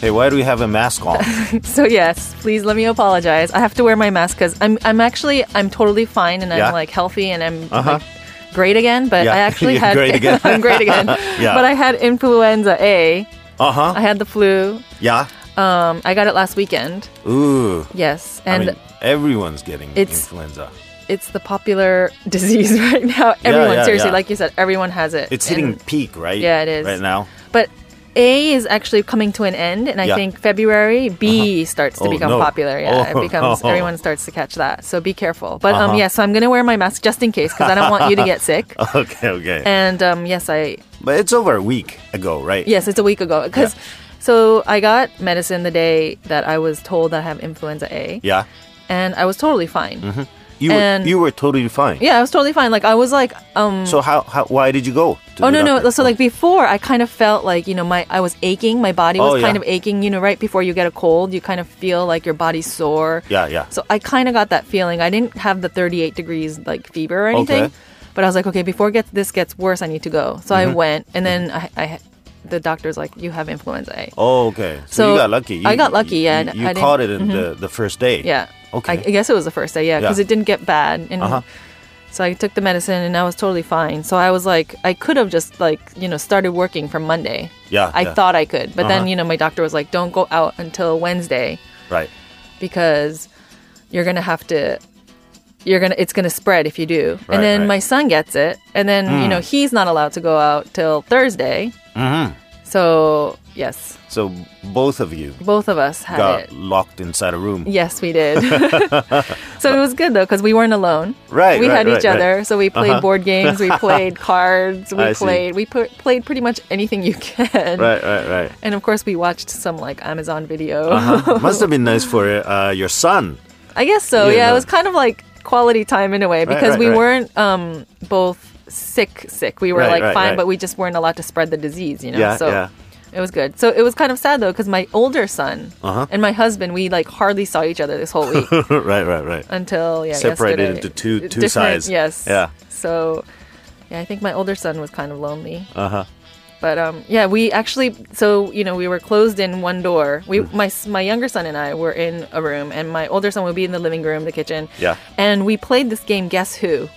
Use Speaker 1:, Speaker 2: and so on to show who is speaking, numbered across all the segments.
Speaker 1: Hey, why do we have a mask on?
Speaker 2: So yes, please let me apologize. I have to wear my mask because I'm I'm actually I'm totally fine and
Speaker 1: Yeah. Uh-huh.
Speaker 2: I'm like healthy and I'm like great again. But
Speaker 1: Yeah.
Speaker 2: I actually
Speaker 1: You're
Speaker 2: had
Speaker 1: great again.
Speaker 2: I'm great again.
Speaker 1: Yeah.
Speaker 2: But I had influenza A.
Speaker 1: Uh huh.
Speaker 2: I had the flu.
Speaker 1: Yeah.
Speaker 2: Um, I got it last weekend.
Speaker 1: Ooh.
Speaker 2: Yes,
Speaker 1: I
Speaker 2: and
Speaker 1: mean, everyone's getting
Speaker 2: It's-
Speaker 1: influenza.
Speaker 2: it's the popular disease right now. Everyone,
Speaker 1: yeah,
Speaker 2: seriously,
Speaker 1: yeah.
Speaker 2: like you said, everyone has it.
Speaker 1: It's
Speaker 2: And-
Speaker 1: hitting peak, right?
Speaker 2: Yeah, it is.
Speaker 1: Right now.
Speaker 2: But A is actually coming to an end, and I
Speaker 1: Yeah.
Speaker 2: think February B starts to
Speaker 1: Oh,
Speaker 2: become
Speaker 1: no.
Speaker 2: popular. Yeah,
Speaker 1: Oh,
Speaker 2: it
Speaker 1: no.
Speaker 2: becomes
Speaker 1: Uh-huh.
Speaker 2: everyone starts to catch that. So be careful. But um, yeah, so I'm gonna wear my mask just in case because I don't want you to get sick.
Speaker 1: Okay, okay.
Speaker 2: And um, yes, I
Speaker 1: but it's over a week ago, right?
Speaker 2: yes, it's a week ago because. So I got medicine the day that I was told I have influenza A,
Speaker 1: Yeah. Mm-hmm.
Speaker 2: and I was totally fine.
Speaker 1: You
Speaker 2: And-
Speaker 1: were you were totally fine.
Speaker 2: Yeah, I was totally fine. Like I was like, um,
Speaker 1: So how, how why did you go? to
Speaker 2: Oh
Speaker 1: the
Speaker 2: no no!
Speaker 1: doctor?
Speaker 2: So like before, I kind of felt like you know my I was aching, my body was
Speaker 1: Oh, yeah.
Speaker 2: kind of aching. You know, right before you get a cold, you kind of feel like your body's sore.
Speaker 1: Yeah, yeah.
Speaker 2: So I kind of got that feeling. I didn't have the 38 degrees like fever or anything,
Speaker 1: Okay. Mm-hmm.
Speaker 2: but I was like, okay, before get, this gets worse, I need to go. So I went, and then I, I the doctor's like, you have influenza A.
Speaker 1: Oh, okay. So,
Speaker 2: So
Speaker 1: you got lucky. You,
Speaker 2: I got lucky,
Speaker 1: You,
Speaker 2: yeah,
Speaker 1: you,
Speaker 2: and I didn't- Mm-hmm.
Speaker 1: caught it in the, the first day.
Speaker 2: Yeah.
Speaker 1: Okay.
Speaker 2: I, I guess it was the first day. Yeah, because
Speaker 1: Yeah. Uh-huh.
Speaker 2: it didn't get bad, and so I took the medicine, and I was totally fine. So I was like, I could have just like you know started working from Monday.
Speaker 1: Yeah,
Speaker 2: I
Speaker 1: yeah.
Speaker 2: thought I could, but then
Speaker 1: Uh-huh.
Speaker 2: you know my doctor was like, don't go out until Wednesday
Speaker 1: Right.
Speaker 2: because you're gonna have to. You're gonna, it's gonna spread if you do.
Speaker 1: Right,
Speaker 2: and then
Speaker 1: right. Hmm.
Speaker 2: my son gets it, and then you know he's not allowed to go out till Thursday.
Speaker 1: Mm-hmm.
Speaker 2: So yes,
Speaker 1: So both of you
Speaker 2: both of us had
Speaker 1: got
Speaker 2: it.
Speaker 1: locked inside a room.
Speaker 2: Yes, we did. so it was good though because we weren't alone.
Speaker 1: Right,
Speaker 2: We
Speaker 1: right,
Speaker 2: had
Speaker 1: right,
Speaker 2: each
Speaker 1: Uh-huh.
Speaker 2: other, so we played board games, we played cards, we
Speaker 1: I see.
Speaker 2: played we pu- played pretty much anything you can.
Speaker 1: Right, right, right.
Speaker 2: And of course, we watched some like Amazon video.
Speaker 1: Uh-huh. Must have been nice for uh, your son.
Speaker 2: I guess so.
Speaker 1: Yeah,
Speaker 2: Yeah,
Speaker 1: no.
Speaker 2: it was kind of like quality time in a way because
Speaker 1: right,
Speaker 2: we
Speaker 1: right.
Speaker 2: weren't um, both sick. Sick. We were
Speaker 1: Right,
Speaker 2: like
Speaker 1: right,
Speaker 2: fine,
Speaker 1: right.
Speaker 2: but we just weren't allowed to spread the disease. You know.
Speaker 1: Yeah,
Speaker 2: so
Speaker 1: yeah.
Speaker 2: It was good. So it was kind of sad though, because my older son
Speaker 1: Uh-huh.
Speaker 2: and my husband, we like hardly saw each other this whole week.
Speaker 1: right, right, right.
Speaker 2: until yeah,
Speaker 1: Separated
Speaker 2: yesterday.
Speaker 1: into two- two
Speaker 2: Different-
Speaker 1: sides.
Speaker 2: Yes.
Speaker 1: Yeah.
Speaker 2: So, yeah, I think my older son was kind of lonely. Uh huh.
Speaker 1: Uh-huh.
Speaker 2: But um, yeah, we actually so you know we were closed in one door. We
Speaker 1: Mm.
Speaker 2: my s- my younger son and I were in a room, and my older son would be in the living room, the kitchen.
Speaker 1: Yeah.
Speaker 2: And we played this game, Guess Who.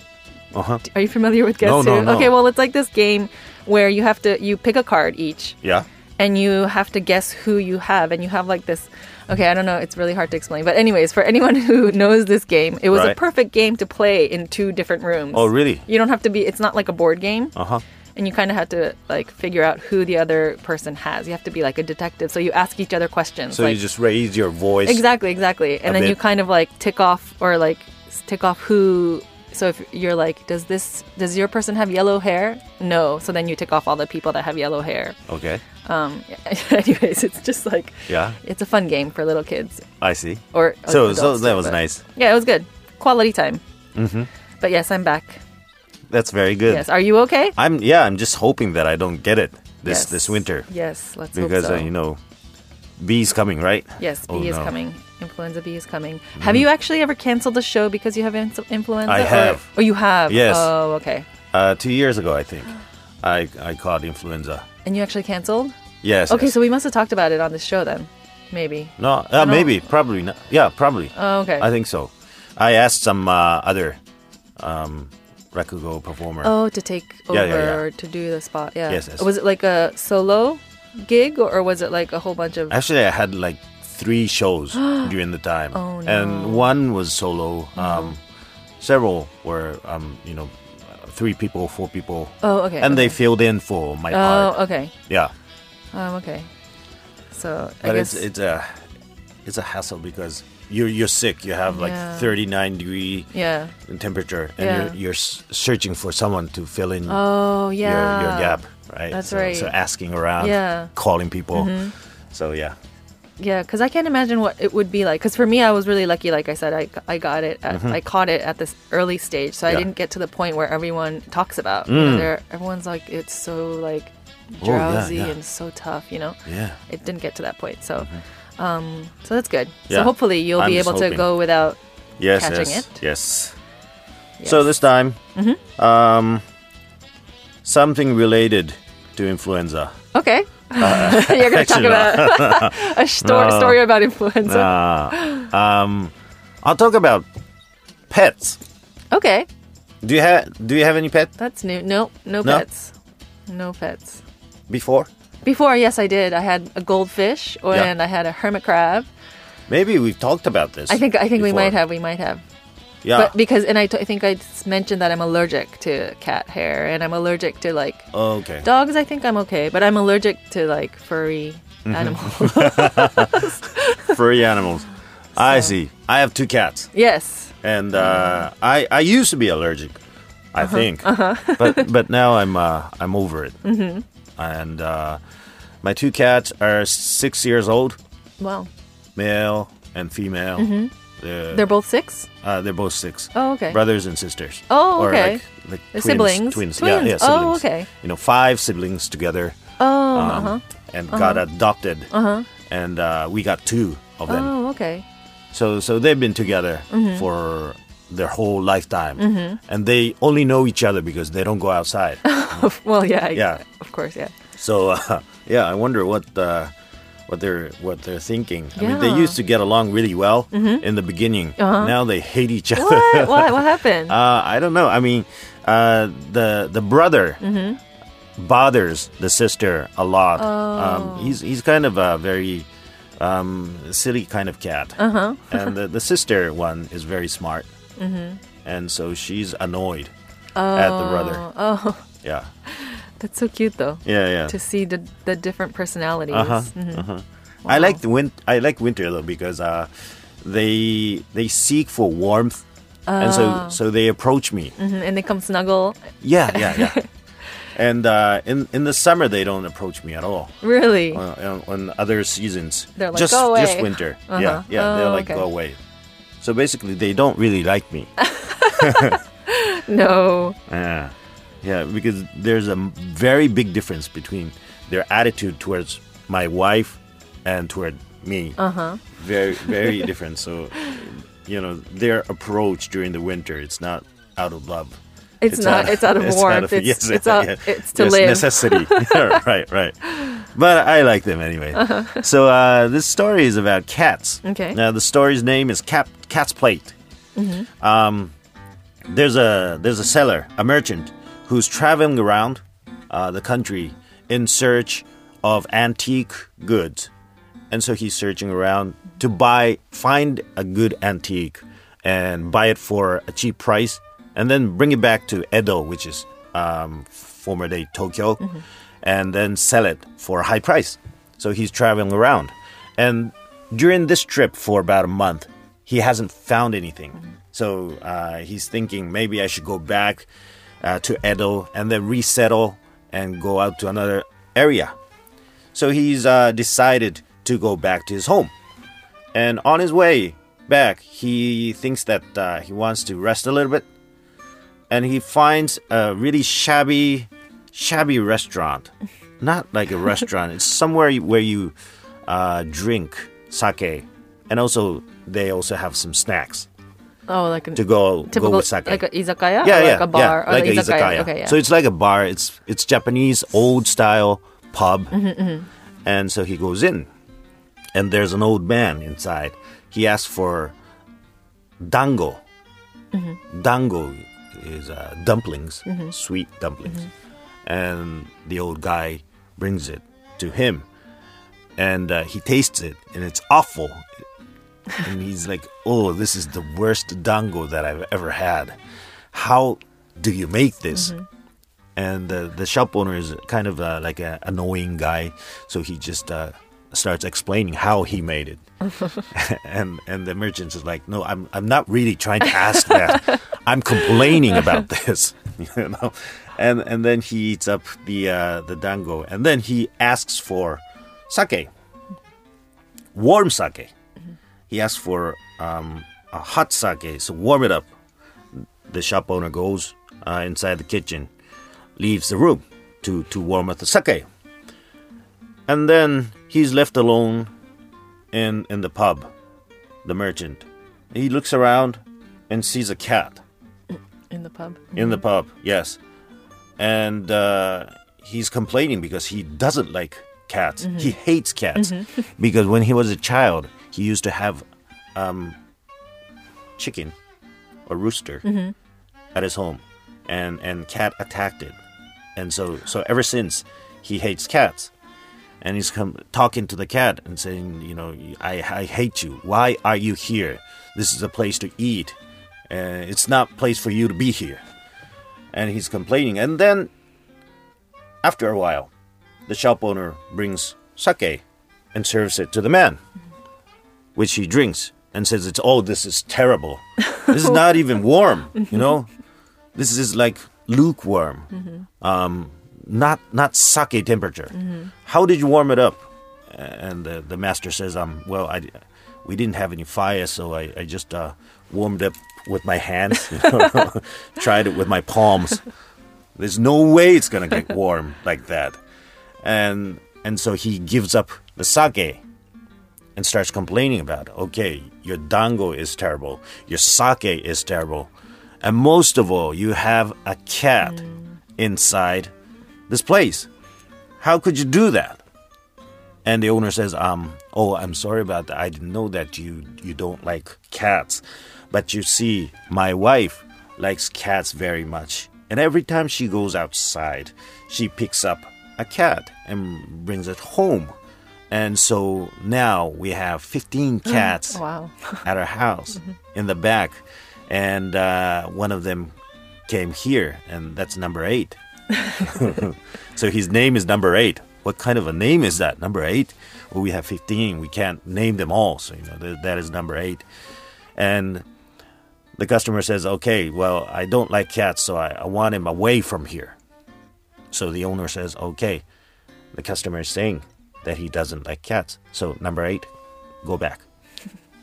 Speaker 1: Uh huh.
Speaker 2: Are you familiar with Guess
Speaker 1: No, no,
Speaker 2: Who?
Speaker 1: no.
Speaker 2: Okay, well it's like this game where you have to you pick a card each
Speaker 1: Yeah.
Speaker 2: and you have to guess who you have and you have like this okay i don't know it's really hard to explain but anyways for anyone who knows this game it was
Speaker 1: Right.
Speaker 2: a perfect game to play in two different rooms
Speaker 1: Oh, really?
Speaker 2: you don't have to be it's not like a board game
Speaker 1: Uh huh.
Speaker 2: and you kind of have to like figure out who the other person has you have to be like a detective so you ask each other questions
Speaker 1: So
Speaker 2: like
Speaker 1: you just raise your voice.
Speaker 2: exactly exactly and then
Speaker 1: bit.
Speaker 2: you kind of like tick off or like s- tick off who so if you're like does this does your person have yellow hair no so then you tick off all the people that have yellow hair
Speaker 1: Okay.
Speaker 2: um, anyways, it's just like
Speaker 1: Yeah.
Speaker 2: it's a fun game for little kids
Speaker 1: I see.
Speaker 2: or
Speaker 1: So
Speaker 2: Oh, adults
Speaker 1: so that
Speaker 2: too,
Speaker 1: was
Speaker 2: but-
Speaker 1: nice.
Speaker 2: Yeah, it was good quality time. Mm-hmm. But yes, I'm back.
Speaker 1: That's very good.
Speaker 2: Yes, are you okay?
Speaker 1: I'm yeah. I'm just hoping that I don't get it this
Speaker 2: yes.
Speaker 1: this winter
Speaker 2: Yes, let's
Speaker 1: because
Speaker 2: hope so.
Speaker 1: uh, you know, bees coming right.
Speaker 2: Yes, B
Speaker 1: Oh,
Speaker 2: is
Speaker 1: no. Mm-hmm.
Speaker 2: coming. Influenza B is coming. Have you actually ever canceled a show because you have in- influenza?
Speaker 1: I
Speaker 2: or-
Speaker 1: have.
Speaker 2: oh, you have.
Speaker 1: Yes.
Speaker 2: Oh, okay.
Speaker 1: Uh, two years ago, I think, I I caught influenza.
Speaker 2: And you actually canceled?
Speaker 1: Yes.
Speaker 2: Okay,
Speaker 1: yes.
Speaker 2: so we must have talked about it on this show then, maybe.
Speaker 1: no, uh,
Speaker 2: don't-
Speaker 1: maybe, probably not. Yeah, probably.
Speaker 2: Oh, okay.
Speaker 1: I think so. I asked some uh, other um, Rakugo performer.
Speaker 2: Oh, to take over
Speaker 1: Yeah, yeah, yeah.
Speaker 2: or to do the spot. Yeah.
Speaker 1: Yes, yes.
Speaker 2: Was it like a solo gig or, or was it like a whole bunch of?
Speaker 1: Actually, I had like three shows during the time,
Speaker 2: Oh, no. Mm-hmm.
Speaker 1: and one was solo. Um, several were, um, you know, three people, four people,
Speaker 2: oh, okay.
Speaker 1: and
Speaker 2: okay.
Speaker 1: they filled in for my part.
Speaker 2: Oh, okay.
Speaker 1: Yeah,
Speaker 2: Um, okay. So I
Speaker 1: but
Speaker 2: guess
Speaker 1: it's it's a it's a hassle because you're you're sick. You have like
Speaker 2: Yeah.
Speaker 1: 39 degree
Speaker 2: yeah.
Speaker 1: temperature, and
Speaker 2: Yeah.
Speaker 1: you're, you're s- searching for someone to fill in
Speaker 2: Oh
Speaker 1: Mm.
Speaker 2: yeah.
Speaker 1: your, your gap, right?
Speaker 2: That's
Speaker 1: so,
Speaker 2: right.
Speaker 1: So asking around,
Speaker 2: Yeah. Mm-hmm.
Speaker 1: calling people. So yeah,
Speaker 2: Yeah, because I can't imagine what it would be like. Because for me, I was really lucky. Like I said, I, I got it. At, I caught it at this early stage, so
Speaker 1: Mm-hmm. Yeah. Mm.
Speaker 2: I didn't get to the point where everyone talks about. You know, they're- everyone's like, it's so like
Speaker 1: Oh, yeah,
Speaker 2: drowsy
Speaker 1: yeah.
Speaker 2: and so tough. You know.
Speaker 1: yeah.
Speaker 2: it didn't get to that point. So, um, so that's good.
Speaker 1: Yeah.
Speaker 2: So hopefully you'll
Speaker 1: I'm
Speaker 2: be
Speaker 1: just
Speaker 2: able to
Speaker 1: hoping.
Speaker 2: go without.
Speaker 1: yes,
Speaker 2: catching
Speaker 1: yes,
Speaker 2: it.
Speaker 1: yes.
Speaker 2: Yes. Mm-hmm.
Speaker 1: So this time, um, something related to influenza.
Speaker 2: okay, You're going to talk
Speaker 1: Uh, actually not.
Speaker 2: about a stor-
Speaker 1: No.
Speaker 2: story about influenza.
Speaker 1: Uh, um, I'll talk about pets.
Speaker 2: Okay,
Speaker 1: Do you have Do you have any pet
Speaker 2: that's new. No,
Speaker 1: No?
Speaker 2: no, pets. No pets.
Speaker 1: before?
Speaker 2: Before, yes, I did. I had a goldfish or,
Speaker 1: Yeah.
Speaker 2: and I had a hermit crab.
Speaker 1: Maybe we've talked about this.
Speaker 2: I think I think we
Speaker 1: before.
Speaker 2: might have. We might have.
Speaker 1: Yeah.
Speaker 2: But because and I, t- I think I s- mentioned that I'm allergic to cat hair and I'm allergic to like
Speaker 1: Oh, okay.
Speaker 2: dogs. I think I'm okay, but I'm allergic to like furry
Speaker 1: Mm-hmm.
Speaker 2: animals.
Speaker 1: Furry animals. I see. I have two cats,
Speaker 2: yes.
Speaker 1: and
Speaker 2: Mm.
Speaker 1: uh, I I used to be allergic. I
Speaker 2: Uh-huh.
Speaker 1: think, but but now I'm uh, I'm over it. Mm-hmm. And uh, my two cats are six years old,
Speaker 2: Wow.
Speaker 1: male and female.
Speaker 2: Mm-hmm.
Speaker 1: They're,
Speaker 2: They're both six.
Speaker 1: uh, they're both six.
Speaker 2: Oh, okay.
Speaker 1: brothers and sisters.
Speaker 2: Oh,
Speaker 1: Or like,
Speaker 2: okay.
Speaker 1: like
Speaker 2: The
Speaker 1: twins,
Speaker 2: siblings.
Speaker 1: Twins.
Speaker 2: Twins.
Speaker 1: Yeah, yeah,
Speaker 2: Oh,
Speaker 1: siblings.
Speaker 2: okay.
Speaker 1: You know, five siblings together
Speaker 2: Oh.
Speaker 1: um,
Speaker 2: uh-huh.
Speaker 1: and got adopted. Uh-huh. And uh, we got two of them.
Speaker 2: Oh, Mm-hmm. okay.
Speaker 1: So, so they've been together for their whole lifetime.
Speaker 2: Mm-hmm.
Speaker 1: And they only know each other because they don't go outside.
Speaker 2: Well, yeah. I,
Speaker 1: Yeah.
Speaker 2: Of course, yeah.
Speaker 1: so, uh, yeah, I wonder what. Uh, what they're what they're thinking. I mean, they
Speaker 2: Yeah. Mm-hmm. Uh-huh.
Speaker 1: used to get along really well in the beginning. Now they hate each other.
Speaker 2: What? what? What happened?
Speaker 1: Uh, I don't know. I mean, uh, the the brother bothers the sister a lot. Um, he's he's kind of a very um, silly kind of cat, uh-huh. and the, the sister one is very smart, and so she's annoyed at the brother. Mm-hmm. Oh, yeah,
Speaker 2: That's so cute, though.
Speaker 1: yeah, yeah.
Speaker 2: To see the the different personalities.
Speaker 1: Uh-huh.
Speaker 2: Mhm.
Speaker 1: I like the win- I like winter though because uh, they they seek for warmth, and so so they approach me.
Speaker 2: Mhm, And they come snuggle.
Speaker 1: Yeah, yeah, yeah. and uh, in in the summer, they don't approach me at all.
Speaker 2: Really?
Speaker 1: Uh, on, on other seasons,
Speaker 2: They're like,
Speaker 1: just
Speaker 2: "Go
Speaker 1: just
Speaker 2: away."
Speaker 1: winter.
Speaker 2: Uh-huh.
Speaker 1: Yeah, yeah. they're
Speaker 2: Oh,
Speaker 1: like
Speaker 2: okay.
Speaker 1: go away. So basically, they don't really like me.
Speaker 2: no.
Speaker 1: yeah, yeah. Because there's a m- very big difference between their attitude towards my wife and toward me. Uh
Speaker 2: Uh-huh.
Speaker 1: huh. Very very different. So you know their approach during the winter, it's not out of love.
Speaker 2: It's, not, It's out of warmth. it's
Speaker 1: yes,
Speaker 2: it's, out,
Speaker 1: yeah.
Speaker 2: it's to
Speaker 1: Yes,
Speaker 2: live.
Speaker 1: necessity. right, right. But I like them anyway. So uh, this story is about cats.
Speaker 2: Uh-huh. Okay.
Speaker 1: Now the story's name is Cat Cat's Plate. Um, there's a there's a seller, a merchant, who's traveling around uh, the country in search of antique goods, and so he's searching around to buy, find a good antique, and buy it for a cheap price, and then bring it back to Edo, which is um, former day Tokyo, and then sell it for a high price. So he's traveling around, and during this trip for about a month, he hasn't found anything. So uh, he's thinking maybe I should go back uh, to Edo and then resettle and go out to another area. So he's uh, decided to go back to his home. And on his way back, he thinks that uh, he wants to rest a little bit. And he finds a really shabby, shabby restaurant. Not like a restaurant, it's somewhere where you uh, drink sake. And also, they also have some snacks
Speaker 2: oh, like a
Speaker 1: to go, go
Speaker 2: typical
Speaker 1: with sake.
Speaker 2: like a izakaya.
Speaker 1: yeah,
Speaker 2: or
Speaker 1: yeah,
Speaker 2: Like a bar.
Speaker 1: yeah,
Speaker 2: or
Speaker 1: like a izakaya.
Speaker 2: Okay, yeah.
Speaker 1: So it's like a bar. It's it's Japanese old style pub,
Speaker 2: Mm-hmm,
Speaker 1: and so he goes in, and there's an old man inside. He asks for dango.
Speaker 2: Mm-hmm.
Speaker 1: Dango is uh, dumplings, sweet dumplings,
Speaker 2: Mm-hmm.
Speaker 1: and the old guy brings it to him, and uh, he tastes it, and it's awful. And he's like, "Oh, this is the worst dango that I've ever had. How do you make this?" And uh, the shop owner is kind of uh, like an annoying guy, so he just uh, starts explaining how he made it. and and the merchant is like, "No, I'm I'm not really trying to ask that. I'm complaining about this, you know." And and then he eats up the uh, the dango, and then he asks for sake, warm sake he asks for um, a hot sake, so warm it up. The shop owner goes uh, inside the kitchen, leaves the room to, to warm up the sake. And then he's left alone in, in the pub, the merchant. He looks around and sees a cat
Speaker 2: in the pub.
Speaker 1: in the pub, yes. And uh, he's complaining because he doesn't like cats. He hates cats because when he was a child, he used to have um, chicken or rooster at his home, and and cat attacked it, and so so ever since he hates cats. And he's come talking to the cat and saying, you know, I, I hate you. Why are you here? This is a place to eat. Uh, it's not place for you to be here. And he's complaining. And then after a while, the shop owner brings sake and serves it to the man, which he drinks and says, "It's oh, this is terrible. This is not even warm. You know, this is like lukewarm, um, not not sake temperature. How did you warm it up?" And the, the master says, "Um, well, I, we didn't have any fire, so I, I just uh, warmed up with my hands, tried it with my palms." There's no way it's gonna get warm like that. And and so he gives up the sake and starts complaining about okay, your dango is terrible, your sake is terrible, and most of all, you have a cat inside this place. How could you do that? And the owner says, um, oh, I'm sorry about that. I didn't know that you you don't like cats. But you see, my wife likes cats very much. And every time she goes outside, she picks up a cat and brings it home. And so now we have 15 cats
Speaker 2: Wow.
Speaker 1: at our house in the back. And uh, one of them came here, and that's number eight. so his name is number eight. What kind of a name is that? Number eight? Well, we have 15. We can't name them all. So, you know, th- that is number eight. And the customer says, okay, well, I don't like cats, so I, I want him away from here. So the owner says, okay. The customer is saying that he doesn't like cats. So, number eight, go back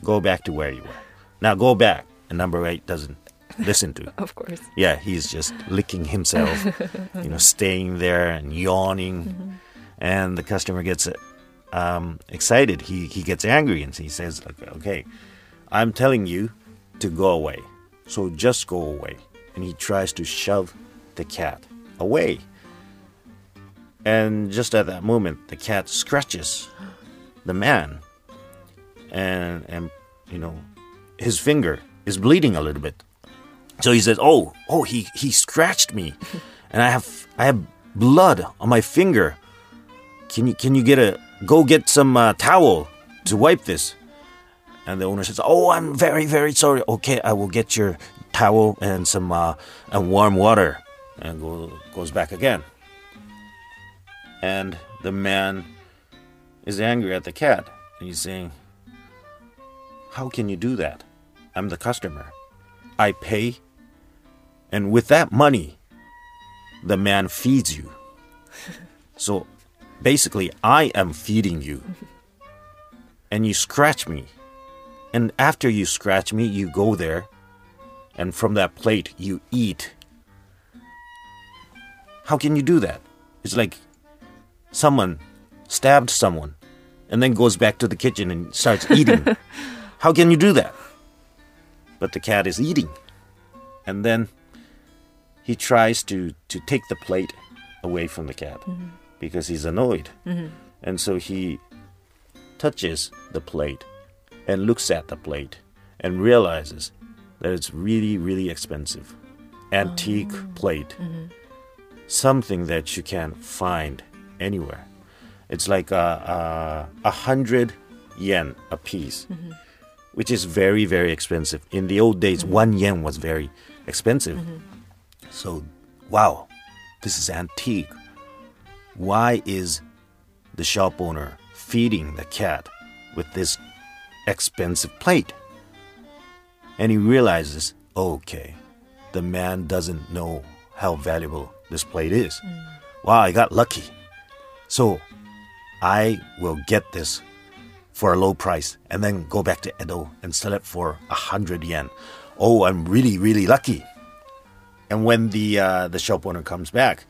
Speaker 1: go back to where you were. Now go back. And number eight doesn't listen to.
Speaker 2: Of course.
Speaker 1: Yeah, he's just licking himself, you know, staying there and yawning. And the customer gets um, excited. He he gets angry and he says, "Okay, okay, I'm telling you to go away. So just go away." And he tries to shove the cat away. And just at that moment, the cat scratches the man, and and you know, his finger is bleeding a little bit. So he says, "Oh, oh, he he scratched me, and I have I have blood on my finger. Can you can you get a go get some uh, towel to wipe this?" And the owner says, "Oh, I'm very very sorry. Okay, I will get your towel and some uh, and warm water." And go, goes back again. And the man is angry at the cat, and he's saying, "How can you do that? I'm the customer." I pay, and with that money, the man feeds you. so basically, I am feeding you. And you scratch me. And after you scratch me, you go there, and from that plate, you eat. How can you do that? It's like someone stabbed someone and then goes back to the kitchen and starts eating. How can you do that? but the cat is eating. And then he tries to, to take the plate away from the cat because he's annoyed. And so he touches the plate and looks at the plate and realizes that it's really, really expensive. Antique plate. Something that you can't find anywhere. It's like a, a, a hundred yen a piece which is very very expensive. In the old days, one yen was very expensive. So, wow, this is antique. Why is the shop owner feeding the cat with this expensive plate? And he realizes, okay, the man doesn't know how valuable this plate is. Wow, I got lucky. So, I will get this for a low price and then go back to Edo and sell it for a hundred yen. Oh, I'm really, really lucky. And when the uh, the shop owner comes back,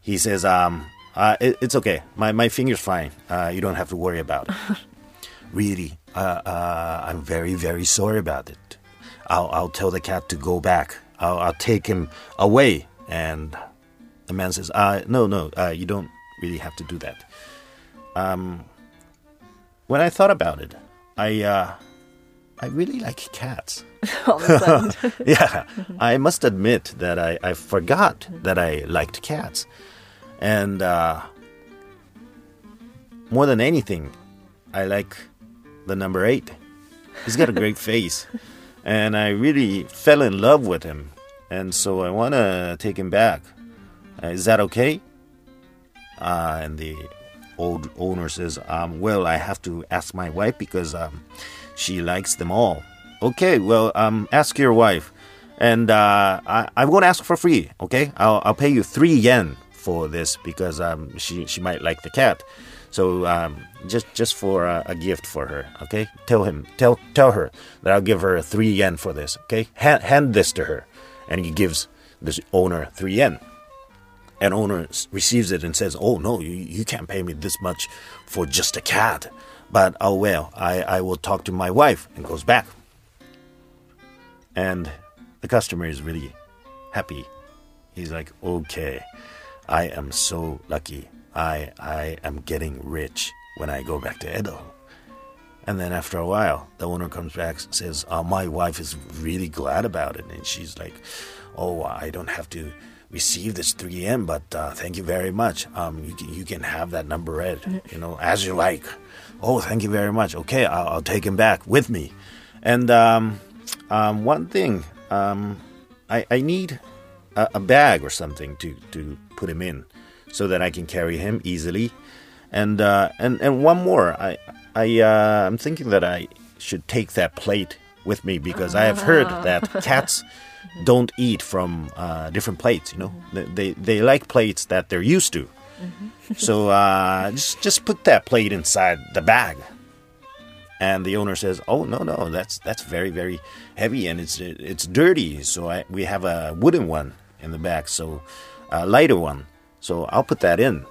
Speaker 1: he says, um, uh, it, "It's okay. My my finger's fine. Uh, you don't have to worry about it." really, uh, uh, I'm very, very sorry about it. I'll I'll tell the cat to go back. I'll, I'll take him away. And the man says, uh, "No, no, uh, you don't really have to do that." when I thought about it, I uh, I really like cats.
Speaker 2: all of a sudden.
Speaker 1: yeah, I must admit that I, I forgot that I liked cats. And uh, more than anything, I like the number eight. He's got a great face. And I really fell in love with him. And so I want to take him back. Uh, is that okay? Uh, and the old owner says, um, Well, I have to ask my wife because um, she likes them all. Okay, well, um, ask your wife. And uh, I, I'm going to ask for free, okay? I'll, I'll pay you three yen for this because um, she, she might like the cat. So um, just just for uh, a gift for her, okay? Tell him, tell tell her that I'll give her three yen for this, okay? Hand, hand this to her, and he gives this owner three yen and owner s- receives it and says, "Oh no, you, you can't pay me this much for just a cat." But oh well, I, I will talk to my wife and goes back. And the customer is really happy. He's like, "Okay, I am so lucky. I I am getting rich when I go back to Edo." And then after a while, the owner comes back and says, uh, My wife is really glad about it. And she's like, Oh, I don't have to receive this 3M, but uh, thank you very much. Um, you, can, you can have that number red, you know, as you like. Oh, thank you very much. Okay, I'll, I'll take him back with me. And um, um, one thing, um, I, I need a, a bag or something to, to put him in so that I can carry him easily. And uh, and and one more, I I uh, I'm thinking that I should take that plate with me because I have heard that cats don't eat from uh, different plates. You know, they, they they like plates that they're used to. so uh, just just put that plate inside the bag. And the owner says, "Oh no, no, that's that's very very heavy and it's it's dirty. So I, we have a wooden one in the back, so a lighter one. So I'll put that in."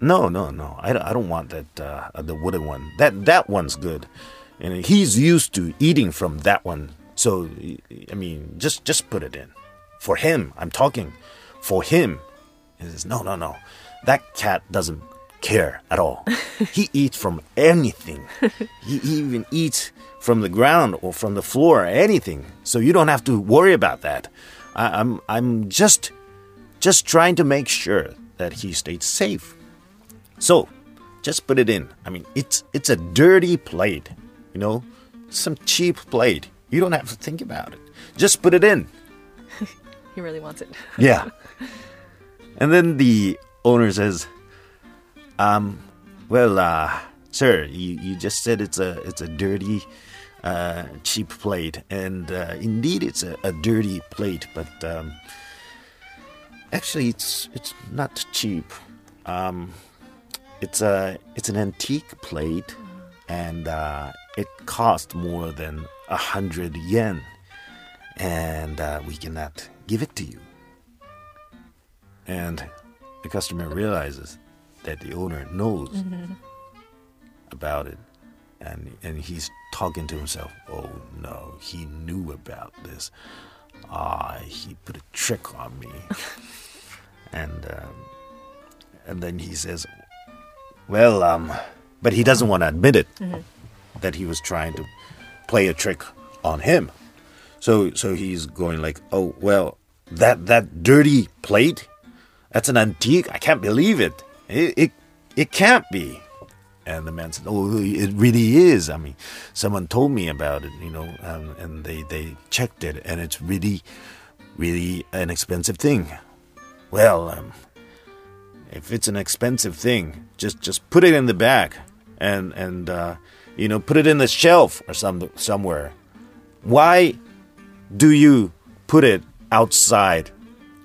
Speaker 1: No, no, no. I, don't- I don't want that uh, the wooden one. That that one's good, and he's used to eating from that one. So I mean, just just put it in for him. I'm talking for him. He says, no, no, no. That cat doesn't care at all. he eats from anything. he even eats from the ground or from the floor, anything. So you don't have to worry about that. I, I'm I'm just just trying to make sure that he stays safe. So, just put it in. I mean, it's it's a dirty plate, you know, some cheap plate. You don't have to think about it. Just put it in.
Speaker 2: He really wants it.
Speaker 1: Yeah. and then the owner says, "Um, well, uh, sir, you, you just said it's a it's a dirty, uh, cheap plate, and uh, indeed it's a, a dirty plate, but um, actually it's it's not cheap. Um, it's a it's an antique plate, and uh, it cost more than a hundred yen, and uh, we cannot give it to you." And the customer realizes that the owner knows about it. And, and he's talking to himself, oh no, he knew about this. Ah, he put a trick on me. and, um, and then he says, well, um, but he doesn't want to admit it that he was trying to play a trick on him. So, so he's going like, oh, well, that, that dirty plate that's an antique. I can't believe it. It it, it can't be. And the man said, "Oh, it really is. I mean, someone told me about it, you know, um, and they they checked it, and it's really, really an expensive thing. Well, um, if it's an expensive thing, just just put it in the bag, and and uh, you know, put it in the shelf or some somewhere. Why do you put it outside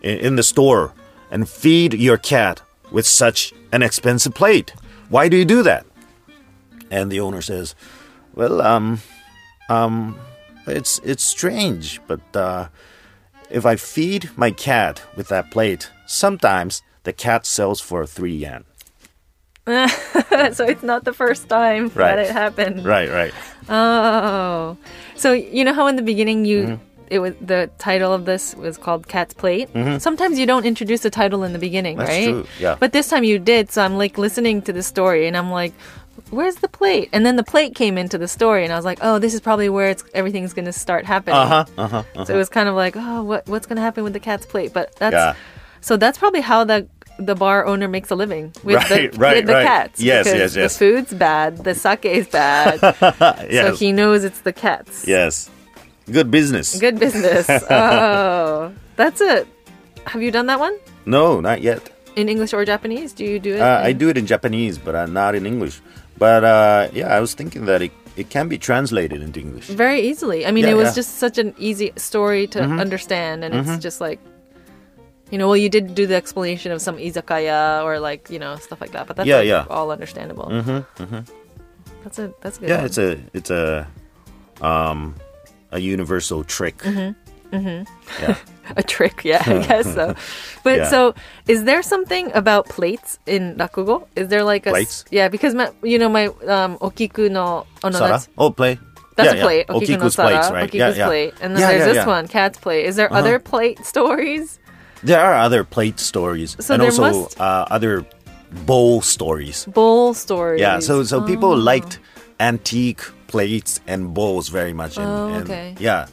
Speaker 1: in, in the store and feed your cat with such an expensive plate? Why do you do that? And the owner says, "Well, um, um, it's it's strange, but uh, if I feed my cat with that plate, sometimes the cat sells for three yen."
Speaker 2: so it's not the first time
Speaker 1: Right.
Speaker 2: that it happened.
Speaker 1: Right, right.
Speaker 2: Oh. So you know how in the beginning you
Speaker 1: Mm-hmm.
Speaker 2: it was the title of this was called Cat's Plate. Sometimes you don't introduce the title in the beginning,
Speaker 1: That's
Speaker 2: right?
Speaker 1: true, yeah.
Speaker 2: But this time you did, so I'm like listening to the story and I'm like, where's the plate? And then the plate came into the story and I was like, oh, this is probably where it's everything's going to start happening. Uh-huh, uh-huh, So it was kind of like, oh, what what's going to happen with the cat's plate? But that's
Speaker 1: Yeah.
Speaker 2: so that's probably how the the bar owner makes a living with
Speaker 1: Right,
Speaker 2: the
Speaker 1: right,
Speaker 2: with the
Speaker 1: right.
Speaker 2: cats.
Speaker 1: Yes,
Speaker 2: because
Speaker 1: yes, yes.
Speaker 2: The food's bad, the sake is bad. So
Speaker 1: Yes.
Speaker 2: he knows it's the cats.
Speaker 1: yes. Good business.
Speaker 2: Good business. oh, that's it. Have you done that one
Speaker 1: No, not yet.
Speaker 2: in English or Japanese? Do you do it?
Speaker 1: Uh, I
Speaker 2: in-
Speaker 1: do it in Japanese, but uh, not in English. But uh, yeah, I was thinking that it, it can be translated into English.
Speaker 2: very easily. I mean,
Speaker 1: Yeah,
Speaker 2: it was
Speaker 1: yeah. Mm-hmm.
Speaker 2: just such an easy story to understand, and it's just like, you know, well, you did do the explanation of some izakaya or like you know stuff like that, but that's
Speaker 1: Yeah,
Speaker 2: like,
Speaker 1: yeah.
Speaker 2: all understandable. Mm-hmm, That's a that's a good.
Speaker 1: Yeah,
Speaker 2: one.
Speaker 1: it's a it's a um a universal trick.
Speaker 2: Mm-hmm.
Speaker 1: Yeah.
Speaker 2: a trick. Yeah, I guess so. But
Speaker 1: Yeah.
Speaker 2: so, is there something about plates in rakugo? Is there like a s-
Speaker 1: Plates?
Speaker 2: Yeah, because my, you know my um, okiku no oh no
Speaker 1: Sara?
Speaker 2: that's
Speaker 1: Oh, play.
Speaker 2: that's
Speaker 1: yeah,
Speaker 2: a plate.
Speaker 1: Yeah.
Speaker 2: Okikuno Okiku no
Speaker 1: Okiku's
Speaker 2: sara,
Speaker 1: plates, right?
Speaker 2: Okiku's
Speaker 1: yeah, yeah.
Speaker 2: plate, and then
Speaker 1: Yeah,
Speaker 2: there's
Speaker 1: yeah,
Speaker 2: this
Speaker 1: yeah. Uh-huh.
Speaker 2: one, cat's plate. Is there other plate stories?
Speaker 1: There are other plate stories
Speaker 2: So
Speaker 1: and
Speaker 2: there
Speaker 1: also
Speaker 2: must-
Speaker 1: uh, other bowl stories.
Speaker 2: Bowl stories. Oh.
Speaker 1: Yeah, so so people liked antique plates and bowls very much, and,
Speaker 2: Oh,
Speaker 1: and
Speaker 2: okay. Mm-hmm.
Speaker 1: yeah,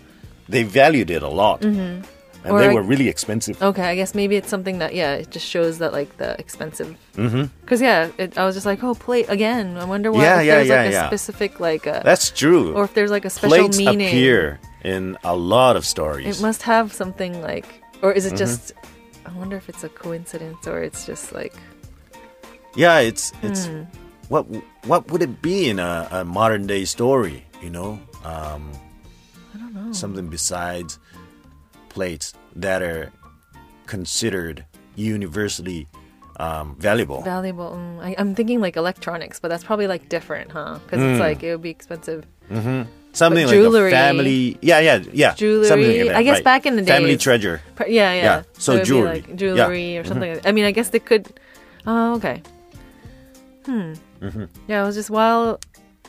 Speaker 1: they valued it a lot, and
Speaker 2: Or
Speaker 1: they
Speaker 2: I-
Speaker 1: were really expensive.
Speaker 2: Okay, I guess maybe it's something that yeah, it just shows that like the expensive. Because yeah, it, I was just like, oh, plate again. I wonder why.
Speaker 1: Mm-hmm. Yeah,
Speaker 2: if
Speaker 1: yeah,
Speaker 2: there's
Speaker 1: yeah,
Speaker 2: like
Speaker 1: yeah.
Speaker 2: a specific like a,
Speaker 1: That's true.
Speaker 2: or if there's like a special
Speaker 1: plates
Speaker 2: meaning.
Speaker 1: appear in a lot of stories.
Speaker 2: It must have something like, or
Speaker 1: Mm-hmm.
Speaker 2: is it just? I wonder if it's a coincidence or it's just like.
Speaker 1: Yeah, it's it's
Speaker 2: Hmm.
Speaker 1: what what would it be in a, a modern day story? You know, um, I don't know something besides plates that are considered universally um, valuable.
Speaker 2: valuable. Mm, I, I'm thinking like electronics, but that's probably like different, huh? Because
Speaker 1: Mm.
Speaker 2: it's like it would be expensive.
Speaker 1: something
Speaker 2: but
Speaker 1: like
Speaker 2: jewelry-
Speaker 1: a family. Yeah, yeah, yeah. Something like
Speaker 2: Jewelry,
Speaker 1: that,
Speaker 2: I guess
Speaker 1: right.
Speaker 2: back in the
Speaker 1: family
Speaker 2: days-
Speaker 1: treasure.
Speaker 2: Pr- Yeah, yeah.
Speaker 1: Yeah, so
Speaker 2: it'd be,
Speaker 1: jewelry. Mm-hmm.
Speaker 2: like jewelry or something. Like I mean, I guess they could. Oh, okay.
Speaker 1: Mm-hmm.
Speaker 2: Hmm. Yeah, I was just while.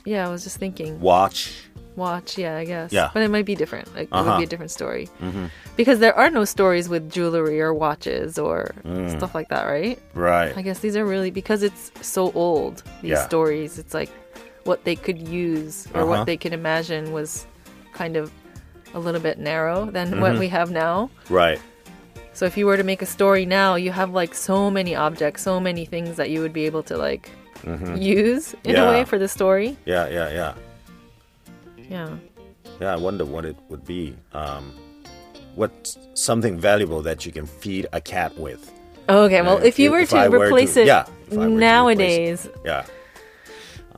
Speaker 2: Yeah, I was just thinking.
Speaker 1: Watch.
Speaker 2: Watch. Yeah, I guess.
Speaker 1: Yeah.
Speaker 2: But it might be different. Like it would
Speaker 1: Uh-huh. Mm-hmm.
Speaker 2: be a different story. Because there are no stories with jewelry or watches or
Speaker 1: Mm.
Speaker 2: stuff like that, right?
Speaker 1: Right.
Speaker 2: I guess these are really because it's so old. These
Speaker 1: Yeah.
Speaker 2: stories, it's like what they could use or
Speaker 1: Uh-huh.
Speaker 2: what they could imagine was kind of a little bit narrow than
Speaker 1: Mm-hmm.
Speaker 2: what we have now.
Speaker 1: Right.
Speaker 2: So if you were to make a story now, you have like so many objects, so many things that you would be able to like use in a
Speaker 1: Mm-hmm. Yeah.
Speaker 2: way for the story.
Speaker 1: Yeah, yeah, yeah.
Speaker 2: Yeah.
Speaker 1: Yeah, I wonder what it would be. Um, what's something valuable that you can feed a cat with?
Speaker 2: Okay. Well,
Speaker 1: Uh,
Speaker 2: if you were
Speaker 1: if I
Speaker 2: to replace it
Speaker 1: yeah, if I were to replace it.
Speaker 2: nowadays,
Speaker 1: Yeah.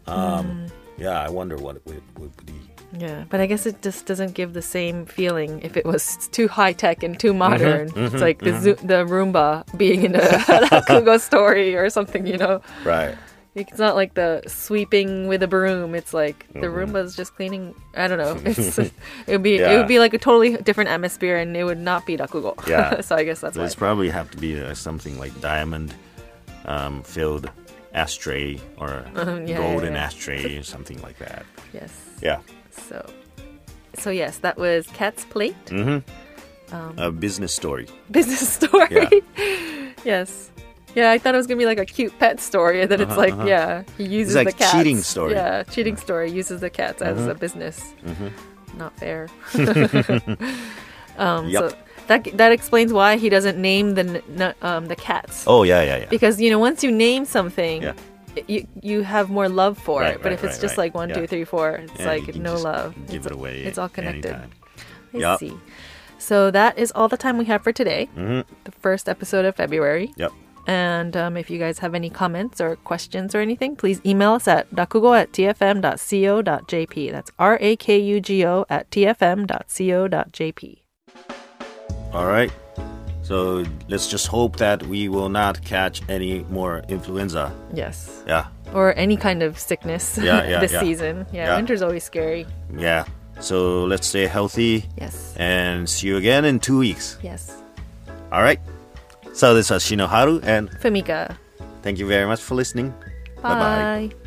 Speaker 1: Um,
Speaker 2: Mm.
Speaker 1: Yeah, I wonder what it would, would be.
Speaker 2: Yeah, but I guess it just doesn't give the same feeling if it was too high tech and
Speaker 1: Mm-hmm.
Speaker 2: too modern. it's like the zoo the Roomba being in a Rakugo story or something, you know.
Speaker 1: Right.
Speaker 2: It's not like the sweeping with a broom. It's like the Roomba's just cleaning. I don't know. It's it would be it
Speaker 1: Mm-hmm. Yeah.
Speaker 2: would be like a totally different atmosphere, and it would not be Rakugo.
Speaker 1: Yeah.
Speaker 2: so I guess that's why.
Speaker 1: There's probably have to be uh, something like diamond um, filled ashtray or
Speaker 2: Um, yeah,
Speaker 1: golden
Speaker 2: yeah, yeah.
Speaker 1: ashtray or something like that.
Speaker 2: yes.
Speaker 1: Yeah.
Speaker 2: So, so yes, that was Cat's Plate.
Speaker 1: Mm-hmm.
Speaker 2: Um,
Speaker 1: A business story.
Speaker 2: business story. yes. Yeah, I thought it was gonna be like a cute pet story, and then it's like, yeah, he uses
Speaker 1: Uh-huh, like
Speaker 2: the cats.
Speaker 1: cheating story. Uh-huh.
Speaker 2: Yeah, cheating story uses the cats as a business.
Speaker 1: Mm-hmm.
Speaker 2: Not fair. um,
Speaker 1: Yep.
Speaker 2: So that that explains why he doesn't name the n- n- um, the cats
Speaker 1: Oh yeah, yeah, yeah.
Speaker 2: because you know once you name something.
Speaker 1: Yeah.
Speaker 2: it- You, you have more love for
Speaker 1: Right,
Speaker 2: it, but
Speaker 1: right,
Speaker 2: if it's
Speaker 1: right,
Speaker 2: just
Speaker 1: right.
Speaker 2: like one,
Speaker 1: Yeah.
Speaker 2: two, three, four, it's
Speaker 1: Yeah, you
Speaker 2: like
Speaker 1: can
Speaker 2: no
Speaker 1: just
Speaker 2: love.
Speaker 1: Give
Speaker 2: it's,
Speaker 1: it away.
Speaker 2: It's all connected.
Speaker 1: anytime.
Speaker 2: I
Speaker 1: Yep.
Speaker 2: see. So that is all the time we have for today,
Speaker 1: Mm-hmm.
Speaker 2: the first episode of February.
Speaker 1: Yep.
Speaker 2: And um, if you guys have any comments or questions or anything, please email us at rakugo at tfm.co.jp. That's R A K U G O at tfm.co.jp.
Speaker 1: All right. So let's just hope that we will not catch any more influenza.
Speaker 2: Yes.
Speaker 1: Yeah.
Speaker 2: Or any kind of sickness
Speaker 1: Yeah, yeah,
Speaker 2: this
Speaker 1: yeah.
Speaker 2: season. Yeah,
Speaker 1: Yeah.
Speaker 2: winter's always scary.
Speaker 1: Yeah. So let's stay healthy
Speaker 2: Yes.
Speaker 1: and see you again in two weeks.
Speaker 2: Yes.
Speaker 1: All right. So this was Shinoharu and
Speaker 2: Famika.
Speaker 1: thank you very much for listening.
Speaker 2: Bye.
Speaker 1: Bye-bye.
Speaker 2: Bye.